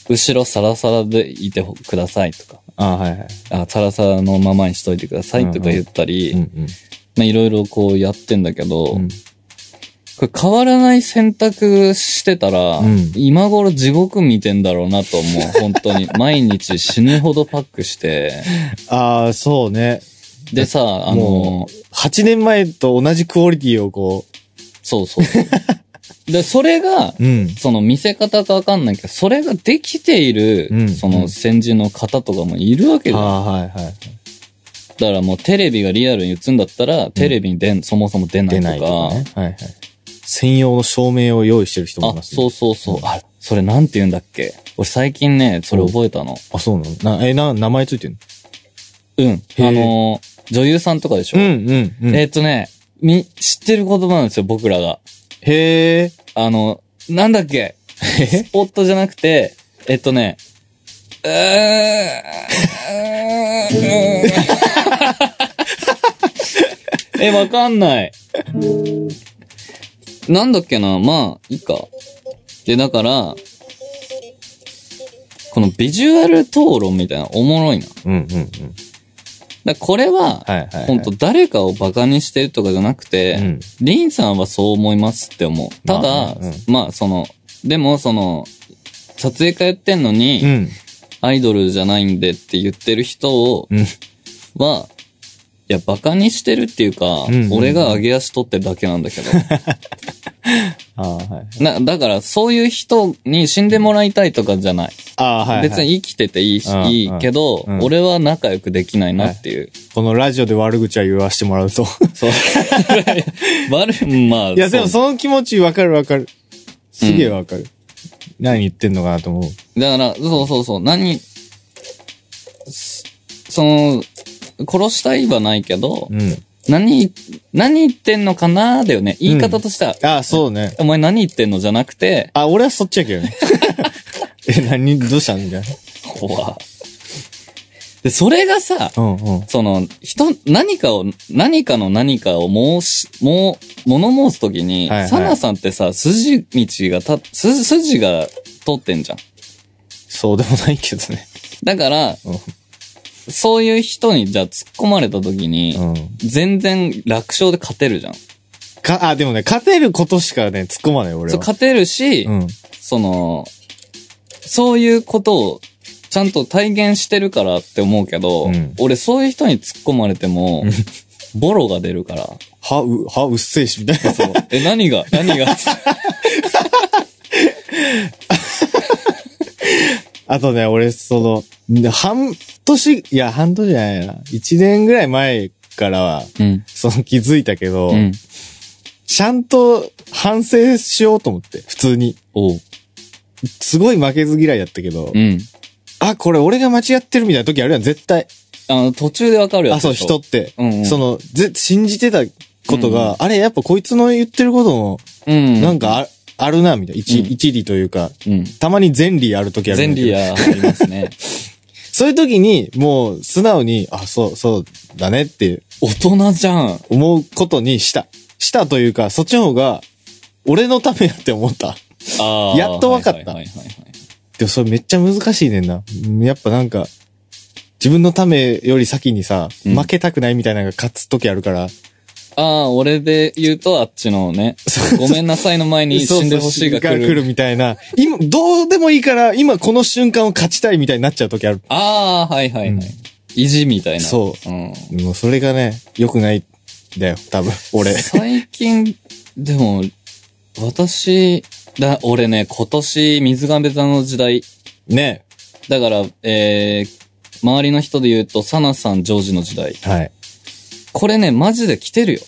[SPEAKER 1] 後ろサラサラでいてくださいとか、
[SPEAKER 2] ああ、はいはい。
[SPEAKER 1] あサラサラのままにしといてくださいとか言ったり、
[SPEAKER 2] うんうん。
[SPEAKER 1] まあいろいろこうやってんだけど、
[SPEAKER 2] うん
[SPEAKER 1] これ変わらない選択してたら、
[SPEAKER 2] うん
[SPEAKER 1] 今頃地獄見てんだろうなと思う、本当に。毎日死ぬほどパックして、
[SPEAKER 2] ああ、そうね。
[SPEAKER 1] でさ、あの
[SPEAKER 2] も、8年前と同じクオリティをこ
[SPEAKER 1] そうそう。で、それが、
[SPEAKER 2] う。うん。
[SPEAKER 1] その見せ方かわかんないけど、それができている、
[SPEAKER 2] うん
[SPEAKER 1] そうの
[SPEAKER 2] ん
[SPEAKER 1] 先人の方とかもいるわけ
[SPEAKER 2] あ
[SPEAKER 1] だ。
[SPEAKER 2] あ、はいはい。
[SPEAKER 1] だからもうテレビがリアルに映んだったら、テレビにでん、そもそも出な
[SPEAKER 2] 出
[SPEAKER 1] いと
[SPEAKER 2] な
[SPEAKER 1] か。
[SPEAKER 2] いとかね。はいはい。専用の照明を用意してる人もい
[SPEAKER 1] あ、
[SPEAKER 2] ます、。
[SPEAKER 1] そううそうそう。あ、それなんて言うんだっけ俺最近ね、それ覚えたの。
[SPEAKER 2] あ、そうなのな、え、な、名前ついてんの
[SPEAKER 1] うん。あのー、女優さんとかでしょ、
[SPEAKER 2] んうんうん。
[SPEAKER 1] えっとね、み、知ってる言葉なんですよ、僕らが。
[SPEAKER 2] へえ。
[SPEAKER 1] あの、なんだっけスポットじゃなくて、えっとね、うーんうーんえ、わかんない。なんだっけなまあ、いいか。で、だから、このビジュアル討論みたいなのおもろいな。だか
[SPEAKER 2] うんうんうん。
[SPEAKER 1] らこれは、
[SPEAKER 2] はいはい、はい。
[SPEAKER 1] 本当誰かをバカにしてるとかじゃなくて、
[SPEAKER 2] うん
[SPEAKER 1] リンさんはそう思いますって思う。ただ、
[SPEAKER 2] まあね
[SPEAKER 1] まあその、でもその、撮影会やってんのに、
[SPEAKER 2] うん。
[SPEAKER 1] アイドルじゃないんでって言ってる人を、
[SPEAKER 2] うん。
[SPEAKER 1] は、いや、バカにしてるっていうか、
[SPEAKER 2] うんうんうん
[SPEAKER 1] 俺が上げ足取ってるだけなんだけ ど。
[SPEAKER 2] ああ、はい。
[SPEAKER 1] な、だから、そういう人に死んでもらいたいとかじゃない。
[SPEAKER 2] ああ、はい、はい。
[SPEAKER 1] 別に生きてていいし、
[SPEAKER 2] うんうん
[SPEAKER 1] いいけど、
[SPEAKER 2] うん
[SPEAKER 1] 俺は仲良くできないなっていう。
[SPEAKER 2] このラジオで悪口は言わせてもらうと。
[SPEAKER 1] そう。 悪い、まあ。
[SPEAKER 2] いや、で
[SPEAKER 1] そ
[SPEAKER 2] も
[SPEAKER 1] う
[SPEAKER 2] その気持ちわかるわかる。すげえわかる、何言ってんのかなと思う。
[SPEAKER 1] だから、そうそうそう、何、そその、殺したいはないけど、
[SPEAKER 2] うん。
[SPEAKER 1] 何、何言ってんのかなーだよね。言い方としては、
[SPEAKER 2] あ、そうね。
[SPEAKER 1] お前何言ってんのじゃなくて、
[SPEAKER 2] あ、俺はそっちや けどね。え、何、どうしたんみたい
[SPEAKER 1] 怖で、それがさ、
[SPEAKER 2] な。うんうん。
[SPEAKER 1] その、人、何かを、何かの何かを申し、もう、物申すときに、
[SPEAKER 2] はいはい
[SPEAKER 1] サナさんってさ、筋道がた、筋、筋が通ってんじゃん。
[SPEAKER 2] そうでもないけどね。
[SPEAKER 1] だから、
[SPEAKER 2] う
[SPEAKER 1] そういう人にじゃあ突っ込まれたときに、
[SPEAKER 2] ん。うん。
[SPEAKER 1] 全然楽勝で勝てるじゃん。
[SPEAKER 2] か、あ、でもね、勝てることしかね、突っ込まない、俺
[SPEAKER 1] そう
[SPEAKER 2] は。
[SPEAKER 1] 勝てるし、
[SPEAKER 2] うん。
[SPEAKER 1] その、そういうことをちゃんと体現してるからって思うけど、
[SPEAKER 2] うん
[SPEAKER 1] 俺そういう人に突っ込まれても、ボロが出るから。
[SPEAKER 2] は、う、は、うっせえし、みたいな。
[SPEAKER 1] そう。え、何が何が
[SPEAKER 2] あとね、俺、その、半年、いや、半年じゃないな。一年ぐらい前からは、
[SPEAKER 1] うん。
[SPEAKER 2] その気づいたけど、
[SPEAKER 1] うん。
[SPEAKER 2] ちゃんと反省しようと思って、普通に。
[SPEAKER 1] おう。
[SPEAKER 2] すごい負けず嫌いだったけど、
[SPEAKER 1] うん。
[SPEAKER 2] あ、これ俺が間違ってるみたいな時あるやん、絶対。
[SPEAKER 1] あの、途中でわかるやつ
[SPEAKER 2] あ、そう、
[SPEAKER 1] でしょ
[SPEAKER 2] 人って。
[SPEAKER 1] うんうん
[SPEAKER 2] その、ぜ、信じてたことが、あれ、やっぱこいつの言ってることも、
[SPEAKER 1] うん。
[SPEAKER 2] なんかあ,、あるな、みたいな。一、
[SPEAKER 1] うん
[SPEAKER 2] 一理というか、
[SPEAKER 1] うん。
[SPEAKER 2] たまに全理ある時ある
[SPEAKER 1] 全
[SPEAKER 2] んだけど。
[SPEAKER 1] リアあります ね。
[SPEAKER 2] そういう時に、もう、素直に、あ、そう、そうだねって
[SPEAKER 1] 大人じゃん。
[SPEAKER 2] 思うことにした。したというか、そっちの方が、俺のためやって思った。
[SPEAKER 1] あー
[SPEAKER 2] やっとわかった
[SPEAKER 1] はいはいはいはい
[SPEAKER 2] でもそれめっちゃ難しいねんな。うんやっぱなんか、自分のためより先にさ、
[SPEAKER 1] うん
[SPEAKER 2] 負けたくないみたいなのが勝つ時あるから。
[SPEAKER 1] ああ、俺で言うとあっちのね、ごめんなさいの前に
[SPEAKER 2] そう
[SPEAKER 1] 死んでほしいが
[SPEAKER 2] そう
[SPEAKER 1] 来
[SPEAKER 2] 死ん
[SPEAKER 1] る
[SPEAKER 2] で。みたいな。今、どうでもいいから、今この瞬間を勝ちたいみたいになっちゃう時ある。
[SPEAKER 1] ああ、はいはいはい。
[SPEAKER 2] うん
[SPEAKER 1] 意地みたいな。。
[SPEAKER 2] そう
[SPEAKER 1] うん。
[SPEAKER 2] もうそれがね、良くないんだよ、多分、俺。
[SPEAKER 1] 最近、でも、私、だ、俺ね、今年、水亀座の時代。
[SPEAKER 2] ね。
[SPEAKER 1] だから、えー、周りの人で言うと、サナさん、ジョージの時代。
[SPEAKER 2] はい。
[SPEAKER 1] これね、マジで来てるよ。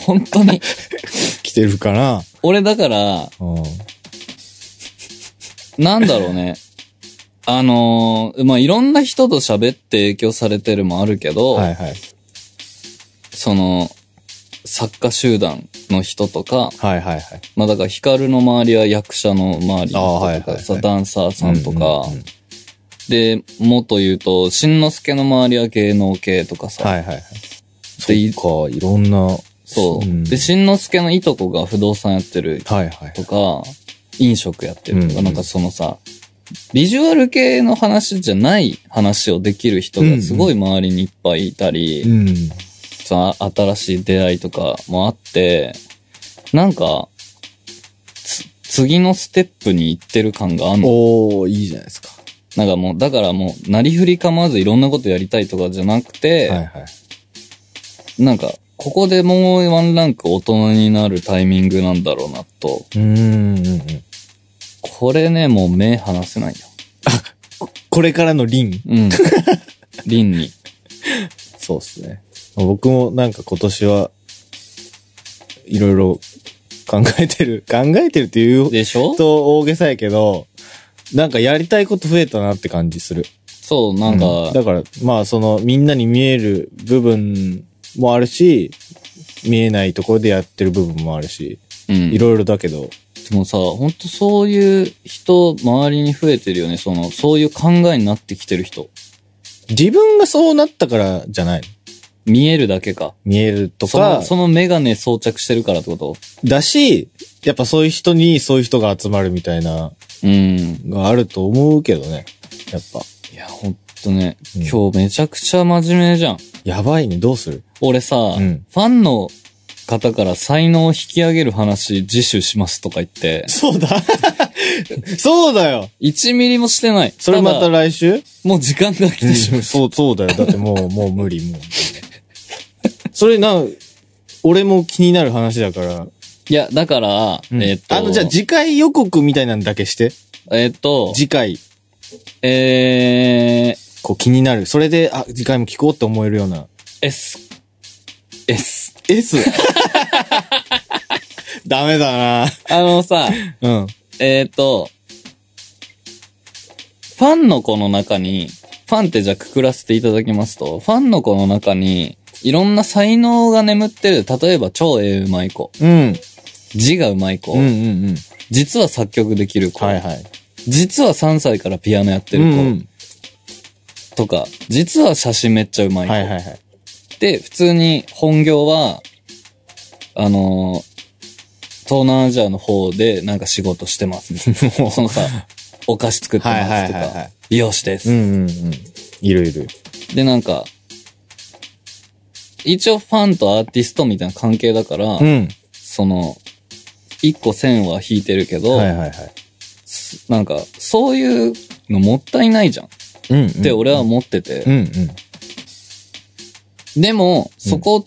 [SPEAKER 1] 本当 に。
[SPEAKER 2] 来てるかな。
[SPEAKER 1] 俺だから、
[SPEAKER 2] うん。
[SPEAKER 1] なんだろうね。あのーまあ、いろんな人と喋って影響されてるもあるけど、
[SPEAKER 2] はいはい。
[SPEAKER 1] その、作家集団の人とか、
[SPEAKER 2] はいはいはい。
[SPEAKER 1] まあだから、ヒカルの周りは役者の周りの人とかさ、
[SPEAKER 2] あはいはいはい
[SPEAKER 1] ダンサーさんとか、
[SPEAKER 2] うんうんうん
[SPEAKER 1] で、もっと言うと、しんのすけの周りは芸能系とかさ、
[SPEAKER 2] はいはいはい。
[SPEAKER 1] でい
[SPEAKER 2] そっか、いろんな。
[SPEAKER 1] そう。
[SPEAKER 2] うん
[SPEAKER 1] で、しんのすけのいとこが不動産やってる
[SPEAKER 2] はいはい
[SPEAKER 1] と。か、飲食やってるとか、
[SPEAKER 2] うん
[SPEAKER 1] なんかそのさ、ビジュアル系の話じゃない話をできる人がすごい周りにいっぱいいたり、
[SPEAKER 2] うん。
[SPEAKER 1] そのあ新しい出会いとかもあって、なんか、つ次のステップに行ってる感があんの。
[SPEAKER 2] おー、いいじゃないですか。
[SPEAKER 1] なんかもう、だからもう、なりふり構わずいろんなことやりたいとかじゃなくて、
[SPEAKER 2] はいはい。
[SPEAKER 1] なんか、ここでもうワンランク大人になるタイミングなんだろうなと。
[SPEAKER 2] うんうんうん。
[SPEAKER 1] これね、もう目離せないよ。
[SPEAKER 2] これからの凛。
[SPEAKER 1] うん。凛に。
[SPEAKER 2] そうっすね。僕もなんか今年は、いろいろ 考えてる。考えてるっていう
[SPEAKER 1] でしょ
[SPEAKER 2] と大げさやけど、なんかやりたいこと増えたなって感じする。
[SPEAKER 1] そう、なん
[SPEAKER 2] う
[SPEAKER 1] か、
[SPEAKER 2] だから、まあそのみんなに見える部分もあるし、見えないところでやってる部分もあるし、
[SPEAKER 1] うん
[SPEAKER 2] い。ろいろだけど、
[SPEAKER 1] でもさ、ほんとそういう人、周りに増えてるよね。その、そういう考えになってきてる人。
[SPEAKER 2] 自分がそうなったからじゃない。
[SPEAKER 1] 見えるだけか。
[SPEAKER 2] 見えると
[SPEAKER 1] その、
[SPEAKER 2] か、
[SPEAKER 1] そのメガネ装着してるからってこと
[SPEAKER 2] だし、やっぱそういう人にそういう人が集まるみたいな、
[SPEAKER 1] うん。い
[SPEAKER 2] があると思うけどね。やっぱ。
[SPEAKER 1] や、ほんとね、
[SPEAKER 2] うん
[SPEAKER 1] 今日めちゃくちゃ真面目じゃん。
[SPEAKER 2] やばいね、どうする
[SPEAKER 1] 俺さ、
[SPEAKER 2] ん
[SPEAKER 1] ファンの方から才能を引き上げる話自首しますとか言って、
[SPEAKER 2] そうだそうだよ
[SPEAKER 1] 1ミリもしてない。
[SPEAKER 2] それま
[SPEAKER 1] だ
[SPEAKER 2] た来週
[SPEAKER 1] もう時間が来 てしまう。
[SPEAKER 2] そう、そうだよ。だってもう、 もう無理、もう。それな、俺も気になる話だから。
[SPEAKER 1] いや、だから、え
[SPEAKER 2] え
[SPEAKER 1] っと、
[SPEAKER 2] あの、じゃあ次回予告みたいなのだけして。
[SPEAKER 1] えっと、
[SPEAKER 2] 次回、
[SPEAKER 1] えー、
[SPEAKER 2] こう気になる。それで、あ、次回も聞こうって思えるような。
[SPEAKER 1] S。S。
[SPEAKER 2] S。ダメだな
[SPEAKER 1] あの さ、
[SPEAKER 2] うん。
[SPEAKER 1] えっと、ファンの子の中に、ファンってじゃあくくらせていただきますと、ファンの子の中に、いろんな才能が眠ってる、例えば超絵うまい子、
[SPEAKER 2] うん。
[SPEAKER 1] 字がうまい子、
[SPEAKER 2] うんうんうん。
[SPEAKER 1] 実は作曲できる子、
[SPEAKER 2] はいはい。
[SPEAKER 1] 実は3歳からピアノやってる
[SPEAKER 2] う
[SPEAKER 1] 子、
[SPEAKER 2] んうん
[SPEAKER 1] とか、実は写真めっちゃうまい子、
[SPEAKER 2] はい はいはい。
[SPEAKER 1] で、普通に本業は、あのー東南アジアの方でなんか仕事してますみ たいな。そのさ、お菓子作って
[SPEAKER 2] はい
[SPEAKER 1] ま
[SPEAKER 2] は
[SPEAKER 1] す
[SPEAKER 2] い
[SPEAKER 1] と
[SPEAKER 2] はいは
[SPEAKER 1] か
[SPEAKER 2] い、
[SPEAKER 1] 美容師です
[SPEAKER 2] う。んうんうん。いるいる。
[SPEAKER 1] で、なんか、一応ファンとアーティストみたいな関係だから、
[SPEAKER 2] ん。
[SPEAKER 1] その、一個線は引いてるけど、
[SPEAKER 2] はいはいはい。
[SPEAKER 1] すなんか、そういうのもったいないじゃんっ
[SPEAKER 2] うん。
[SPEAKER 1] て俺は思ってて、
[SPEAKER 2] うんうん。
[SPEAKER 1] でも、そこ、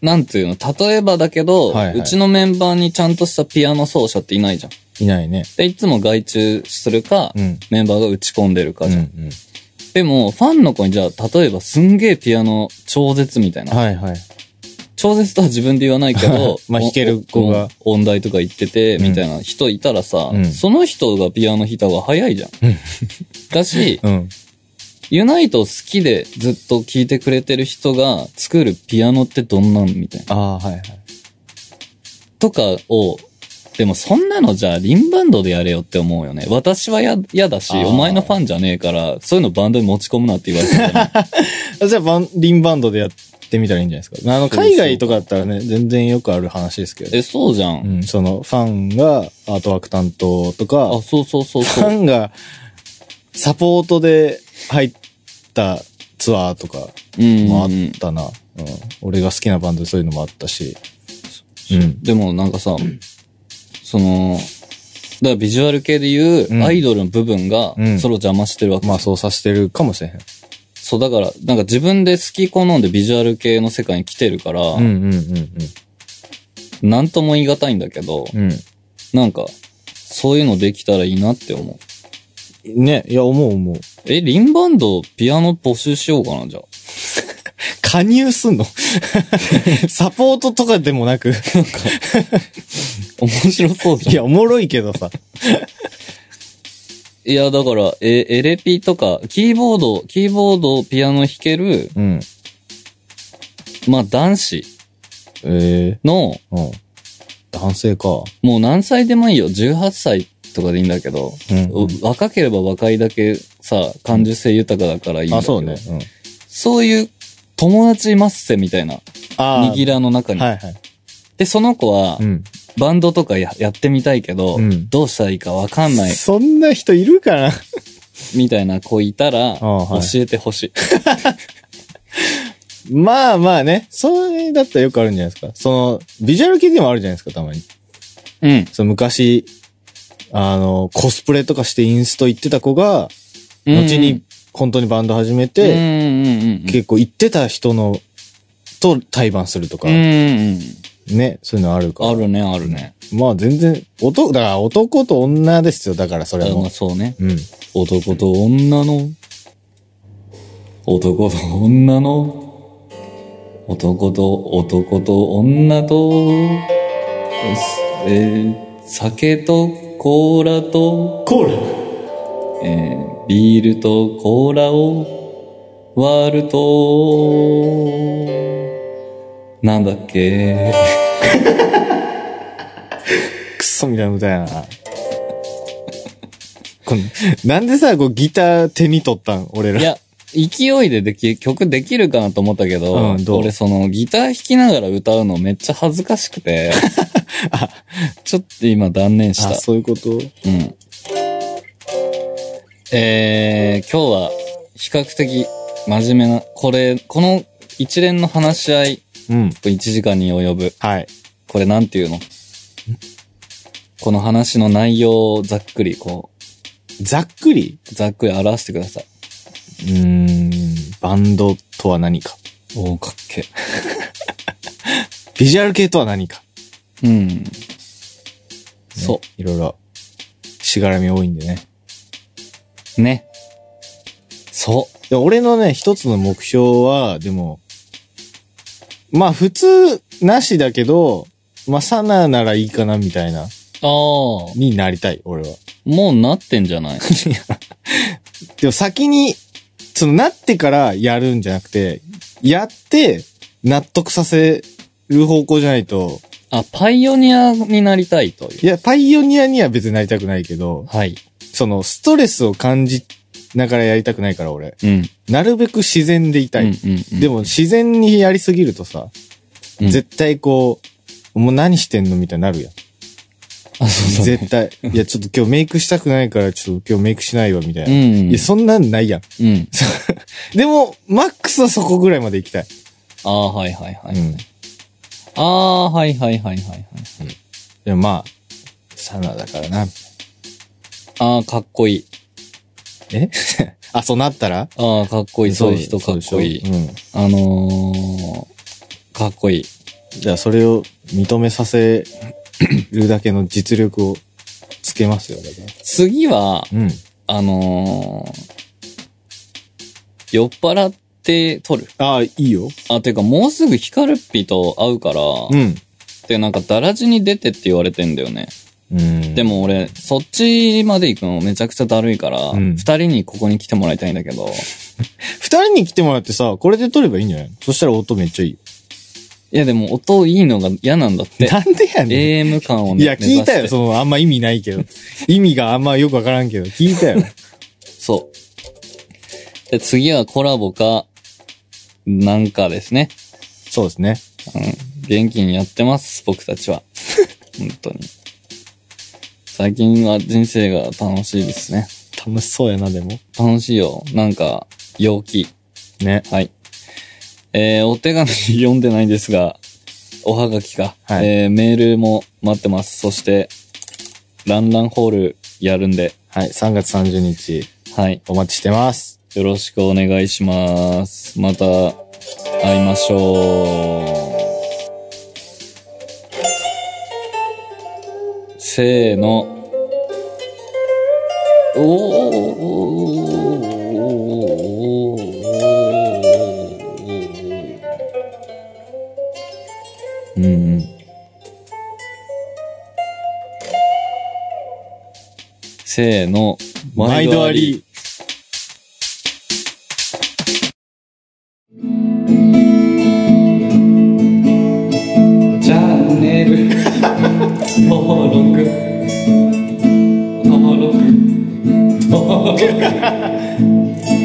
[SPEAKER 1] なんていうの、例えばだけど、
[SPEAKER 2] はいはいう
[SPEAKER 1] ちのメンバーにちゃんとしたピアノ奏者っていないじゃん。
[SPEAKER 2] いないね。
[SPEAKER 1] で、いつも外注するか、
[SPEAKER 2] うん。
[SPEAKER 1] メンバーが打ち込んでるか
[SPEAKER 2] うん
[SPEAKER 1] じゃん。
[SPEAKER 2] うん。
[SPEAKER 1] でも、ファンの子にじゃあ、例えばすんげえピアノ超絶みたいな。
[SPEAKER 2] はいはい。、
[SPEAKER 1] 超絶とは自分で言わないけど
[SPEAKER 2] まあ弾ける子が
[SPEAKER 1] おお音大とか行ってて、
[SPEAKER 2] うん
[SPEAKER 1] みたいな人いたらさ、
[SPEAKER 2] うん
[SPEAKER 1] その人がピアノ弾いた方が早いじゃん
[SPEAKER 2] うん。
[SPEAKER 1] だ し、
[SPEAKER 2] うん。
[SPEAKER 1] ユナイトを好きでずっと聴いてくれてる人が作るピアノってどんなんみたいな。
[SPEAKER 2] ああ、はいはい。
[SPEAKER 1] とかを、でもそんなのじゃあリンバンドでやれよって思うよね。私はや嫌だし、
[SPEAKER 2] あー
[SPEAKER 1] お前のファンじゃねえから、そういうのバンドに持ち込むなって言われてたね
[SPEAKER 2] あじゃあバン、リンバンドでやってみたらいいんじゃないですか。あの、海外とかだったらね、全然よくある話ですけど。
[SPEAKER 1] え、そうじゃん。
[SPEAKER 2] うん、その、ファンがアートワーク担当とか
[SPEAKER 1] あ、、そうそうそう
[SPEAKER 2] フ
[SPEAKER 1] そう。
[SPEAKER 2] ァンがサポートで入ったツアーとか
[SPEAKER 1] うん
[SPEAKER 2] もあったな。うん、俺が好きなバンドでそういうのもあったし。うん。
[SPEAKER 1] でもなんかさ、その、だからビジュアル系で言
[SPEAKER 2] うん
[SPEAKER 1] うアイドルの部分が
[SPEAKER 2] うん
[SPEAKER 1] それを邪魔してるわけ。
[SPEAKER 2] まあ、そうさせてるかもしれへん。
[SPEAKER 1] そうだから、なんか自分で好き好んでビジュアル系の世界に来てるから、
[SPEAKER 2] うんうんうん
[SPEAKER 1] なんとも言い難いんだけど、
[SPEAKER 2] うん。
[SPEAKER 1] なんか、そういうのできたらいいなって思う。
[SPEAKER 2] うん。ね、いや、思う思う。
[SPEAKER 1] え、リンバンド、ピアノ募集しようかな、じゃあ。
[SPEAKER 2] 加入すんの サポートとかでもなく。
[SPEAKER 1] 面白そうじゃ
[SPEAKER 2] い
[SPEAKER 1] ん。
[SPEAKER 2] や、おもろいけどさ。
[SPEAKER 1] いや、だから、え、エレピとか、キーボード、キーボード、ピアノ弾ける、
[SPEAKER 2] うん。
[SPEAKER 1] まあ、男子
[SPEAKER 2] ええ
[SPEAKER 1] の、
[SPEAKER 2] うん。男性か。
[SPEAKER 1] もう何歳でもいいよ。18歳とかでいいんだけど、
[SPEAKER 2] うん
[SPEAKER 1] お若ければ若いだけさ、感受性豊かだからいいんだ
[SPEAKER 2] あ、
[SPEAKER 1] けど、
[SPEAKER 2] そうね。うん。
[SPEAKER 1] そういう友達いますせみたいな、
[SPEAKER 2] あ
[SPEAKER 1] ニギラーの中に。
[SPEAKER 2] はいはい。
[SPEAKER 1] で、その子は
[SPEAKER 2] う、ん。
[SPEAKER 1] バンドとかややってみたいけど、
[SPEAKER 2] うん
[SPEAKER 1] どうしたらいいかわかんない、
[SPEAKER 2] そんな人いるかな
[SPEAKER 1] みたいな子いたら、
[SPEAKER 2] あはい
[SPEAKER 1] 教えてほしい。
[SPEAKER 2] まあまあね。それだったらよくあるんじゃないですか。その、ビジュアル系でもあるじゃないですか、たまに。
[SPEAKER 1] うん。
[SPEAKER 2] その昔、あの、コスプレとかしてインスト行ってた子が、後に本当にバンド始め
[SPEAKER 1] うん、
[SPEAKER 2] て、
[SPEAKER 1] うんうんうんうん。
[SPEAKER 2] 結構行ってた人の、と対バンするとか、
[SPEAKER 1] うんうん
[SPEAKER 2] ね、そういうのあるか
[SPEAKER 1] うん。あ。
[SPEAKER 2] ら
[SPEAKER 1] るね、あるね。
[SPEAKER 2] まあ全然、男、だから男と女ですよ、だからそれ
[SPEAKER 1] だから
[SPEAKER 2] はも
[SPEAKER 1] ま
[SPEAKER 2] う
[SPEAKER 1] あ。そうね。
[SPEAKER 2] うん。
[SPEAKER 1] 男と女の、男と女の、男と男と女と、えー酒とコーラと、
[SPEAKER 2] コー
[SPEAKER 1] えービールとコーラを割ると、なんだっけ
[SPEAKER 2] ラクソみたいな歌やな。このなんでさ、こうギター手に取ったん俺ら。
[SPEAKER 1] いや、勢いででき、曲できるかなと思ったけど、
[SPEAKER 2] うんどう
[SPEAKER 1] 俺そのギター弾きながら歌うのめっちゃ恥ずかしく て、ちょっと今断念し
[SPEAKER 2] あ、
[SPEAKER 1] た。
[SPEAKER 2] そういうこと
[SPEAKER 1] うん。えー、今日は比較的真面目な、これ、この一連の話し合い、
[SPEAKER 2] うん。
[SPEAKER 1] 1時間に及ぶ、
[SPEAKER 2] はい。
[SPEAKER 1] これなんていうのこの話の内容をざっくりこ
[SPEAKER 2] ざっくり
[SPEAKER 1] う、ざっくり表してください。
[SPEAKER 2] うーん、バンドとは何か。
[SPEAKER 1] おー、かっけ
[SPEAKER 2] ビジュアル系とは何か。
[SPEAKER 1] え。うん。そう。
[SPEAKER 2] う。いろいろ、しがらみ多いんでね。
[SPEAKER 1] ね。そ
[SPEAKER 2] で俺のね、一つの目標は、でも、まあ普通なしだけど、まあサナならいいかなみたいな、
[SPEAKER 1] う。ああ。
[SPEAKER 2] になりたい、俺は。
[SPEAKER 1] もうなってんじゃない
[SPEAKER 2] いやでも先に、そのなってからやるんじゃなくて、やって納得させる方向じゃないと、
[SPEAKER 1] あ、パイオニアになりたいという。
[SPEAKER 2] いや、パイオニアには別になりたくないけど、
[SPEAKER 1] はい。
[SPEAKER 2] そのストレスを感じながらやりたくないから俺。
[SPEAKER 1] うん。
[SPEAKER 2] なるべく自然でいた
[SPEAKER 1] う
[SPEAKER 2] い。
[SPEAKER 1] んうんうん、
[SPEAKER 2] でも自然にやりすぎるとさ、
[SPEAKER 1] うん
[SPEAKER 2] 絶対こう、もう何してんのみたいになるやん。
[SPEAKER 1] あ、そうそう。
[SPEAKER 2] 絶 対。いや、ちょっと今日メイクしたくないから、ちょっと今日メイクしないわ、みたい
[SPEAKER 1] う
[SPEAKER 2] な。
[SPEAKER 1] んうん
[SPEAKER 2] いや、そんなんないやん。
[SPEAKER 1] うん。
[SPEAKER 2] でも、マックスはそこぐらいまで行きたい。
[SPEAKER 1] ああ、はいはいはい。
[SPEAKER 2] うん。
[SPEAKER 1] ああ、はいはいはいはいはい。
[SPEAKER 2] でもまあ、サナだからな。
[SPEAKER 1] ああ、かっこいい。
[SPEAKER 2] え あ、そうなったら
[SPEAKER 1] ああ、かっこいい。そういう人かっこいい。
[SPEAKER 2] そうでしょうん。
[SPEAKER 1] あのー、かっこいい。
[SPEAKER 2] じゃあ、それを認めさせるだけの実力をつけますよ、だか
[SPEAKER 1] 次は、
[SPEAKER 2] ら。うん。
[SPEAKER 1] あのー、酔っ払って撮る。
[SPEAKER 2] ああ、いいよ。
[SPEAKER 1] あ、てか、もうすぐヒカルッピと会うから、
[SPEAKER 2] うん。
[SPEAKER 1] で、なんか、だらじに出てって言われてんだよね。
[SPEAKER 2] うん。
[SPEAKER 1] で、も俺、そっちまで行くのめちゃくちゃだるいから、
[SPEAKER 2] うん
[SPEAKER 1] 二人にここに来てもらいたいんだけど、
[SPEAKER 2] 二人に来てもらってさ、これで撮ればいいんじゃないそしたら音めっちゃいいよ。
[SPEAKER 1] いやでも音いいのが嫌なんだ って。
[SPEAKER 2] なんでやねん。
[SPEAKER 1] AM 感をね。
[SPEAKER 2] いや、
[SPEAKER 1] 目指
[SPEAKER 2] 聞い
[SPEAKER 1] して
[SPEAKER 2] たよ。その、あんま意味ないけ ど。意味があんまよくわからんけど、聞いたよ。
[SPEAKER 1] そう。で、次はコラボか、なんかですね。
[SPEAKER 2] そうですね。
[SPEAKER 1] うん。元気にやってます、僕たちは。 本当に。最近は人生が楽しいですね。
[SPEAKER 2] 楽しそうやな、でも。
[SPEAKER 1] 楽しいよ。なんか、陽気。
[SPEAKER 2] ね。
[SPEAKER 1] はい。えー、お手紙読んでないんですが、おはがきか。
[SPEAKER 2] はい
[SPEAKER 1] えー、メールも待ってます。そして、ランランホールやるんで、
[SPEAKER 2] はい、3月30日、
[SPEAKER 1] はい。
[SPEAKER 2] お待ちしてます。
[SPEAKER 1] よろしくお願いします。また会いましょう。せーの。おーおーおーおーおーおーおーおーおーおーおー
[SPEAKER 2] うんうん。
[SPEAKER 1] せーの。
[SPEAKER 2] 毎度あり。
[SPEAKER 1] チャンネル登録登録登録